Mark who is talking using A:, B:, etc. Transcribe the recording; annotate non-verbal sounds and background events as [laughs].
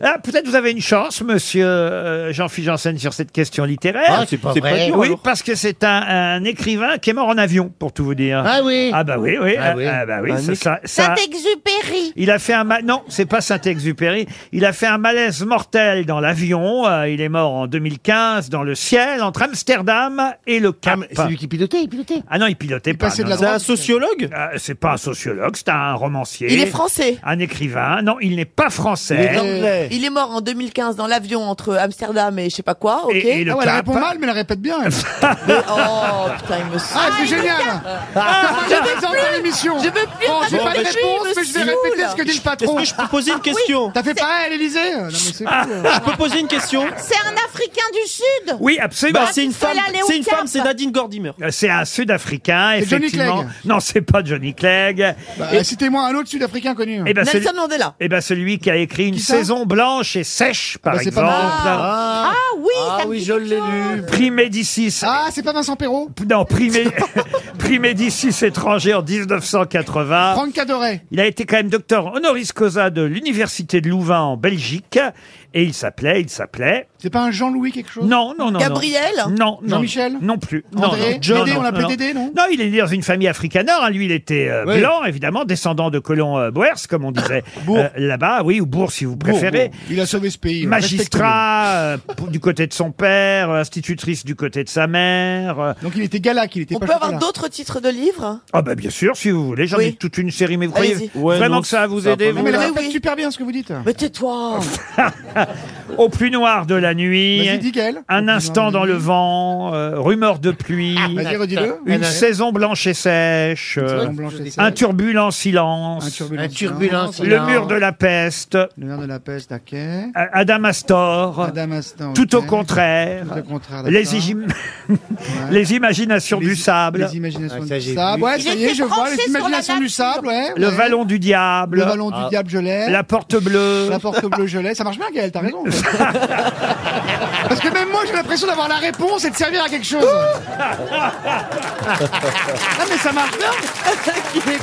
A: Ah, Peut-être vous avez une chance, monsieur euh, Jean-Philippe Janssen, sur cette question littéraire. Eh
B: Ah, c'est pas C'est pas vrai. dur,
A: oui,
B: alors.
A: parce que c'est un, un écrivain qui est mort en avion, pour tout vous dire.
B: Ah oui.
A: Ah bah oui, oui.
B: Ah oui.
A: bah oui,
B: Un
A: ça-
B: écri-
A: ça- ça-
C: Saint-Exupéry.
A: il a fait un ma- non, c'est pas Saint-Exupéry. Il a fait un malaise mortel dans l'avion. Euh, il est mort en 2015 dans le ciel entre Amsterdam et le Cap.
B: Ah, C'est lui qui pilotait, il pilotait.
A: Ah non, il pilotait pas.
B: passait de
A: non,
B: la
A: non.
B: droite. C'est un
A: sociologue C'est pas un sociologue, c'est un romancier.
C: Il est français.
A: Un écrivain. Non, il n'est pas français.
C: Il est mort en 2015 dans l'avion entre Amsterdam et je sais pas quoi, ok
A: Et- et le
D: Ah ouais, elle
A: Cap.
D: répond mal, mais elle répète bien. elle.
C: Mais- Oh putain, il me saoule.
D: Ah, c'est génial Ah, Je vais entendre l'émission
C: Je veux plus
D: Bon,
C: raconter,
D: j'ai Oh, pas de
C: mais
D: réponse,
C: il me
D: mais je vais
C: saoule.
D: répéter ce que dit le
E: Est-ce
D: patron.
E: que je peux poser une
F: Ah
E: question
D: T'as fait pareil à l'Elysée Non, mais c'est cool.
E: Je peux poser une question
F: C'est un Africain du Sud
A: Oui, absolument. Euh,
E: Bah, c'est une
F: il Ah faut
E: femme,
F: aller au
E: c'est une
F: Cap.
E: femme, c'est Nadine Gordimer.
A: C'est un Sud-Africain,
D: C'est Johnny
A: effectivement.
D: Clegg.
A: non, c'est pas Johnny Clegg.
D: Bah, Citez-moi un autre Sud-Africain connu.
A: Eh ben, celui,
C: Nelson Mandela.
A: eh ben, celui qui a écrit une
D: ça
A: saison blanche et sèche, par
D: Bah, c'est pas
A: exemple.
F: Ah oui, ça me dit
B: je l'ai lu.
A: Primédicis.
D: Ah, c'est pas Vincent Perrault
A: Non,
D: [laughs]
A: primé, [laughs] Primédicis étranger en 1980.
D: Franck Cadoret.
A: Il a été quand même docteur honoris causa de l'université de Louvain en Belgique et il s'appelait, il s'appelait.
D: C'est pas un Jean-Louis quelque chose
A: Non, non, non. non.
C: Gabriel
A: Non, non.
D: Mmh. Jean-Michel
A: Non plus. Non,
D: André
A: non,
D: John,
A: non,
D: on l'appelait
A: non.
D: Dédé, non
A: Non, il est né dans une famille africaneur. hein. Lui, il était euh,
D: Oui.
A: blanc, évidemment, descendant de colons euh, boers, comme
D: [coughs]
A: on disait
D: Bourg.
A: euh, là-bas. Oui, ou bourg si vous préférez.
D: Bon, bon, Oh, Il a sauvé ce pays. hein.
A: Magistrat euh, pour- du côté de son père, euh, institutrice du côté de sa mère. euh.
D: respectez-le. Donc il était galac, il était
C: On
D: pas
C: peut avoir
D: chocolat.
C: d'autres titres de livres hein.
A: Ah bah bien sûr, si vous voulez, j'en
C: Oui.
A: ai toute une série, mais vous croyez
C: Allez-y.
E: Ouais,
A: vraiment
E: non,
A: que ça va vous
E: ça va
A: aider
E: pas
D: Non, mais elle
C: Oui,
D: répète
C: oui.
D: super bien ce que vous dites.
C: Mais
D: Ah,
C: tais-toi
A: Au plus noir de la nuit,
D: Vas-y, dis Gaël.
A: un instant dans le vent, euh, rumeur de pluie,
D: Vas-y, redis-le.
A: une saison blanche et sèche, euh,
D: Saison blanche et
A: un
D: sèche.
A: turbulent silence,
D: Un turbulent.
B: Un turbulent
D: silence.
A: le mur de la peste, euh,
D: Le mur de la peste, ok.
A: Adam Astor,
D: Madame Astin.
A: tout au
D: ok.
A: contraire,
D: Tout au contraire,
A: les,
D: d'accord.
A: igi-
D: Ouais.
A: [laughs] les imaginations
D: Les-
A: du sable,
D: Les imaginations
B: Ah, ça,
D: du
B: j'ai
D: sable.
B: vu.
D: Ouais, ça
F: Il
D: y est,
F: était
D: je vois. Les
F: branché sur la
D: imaginations du
F: nature.
D: sable, ouais.
A: le
D: ouais.
A: vallon du diable,
D: Le ballon
B: Ah.
D: du diable, je l'ai.
A: la porte bleue,
D: La porte bleue, je l'ai. Ça marche bien, Gaël,
A: [laughs]
D: t'as raison. en fait. Parce que même moi, j'ai l'impression d'avoir la réponse et de servir à
A: [laughs]
D: quelque chose. ah, mais ça marche bien.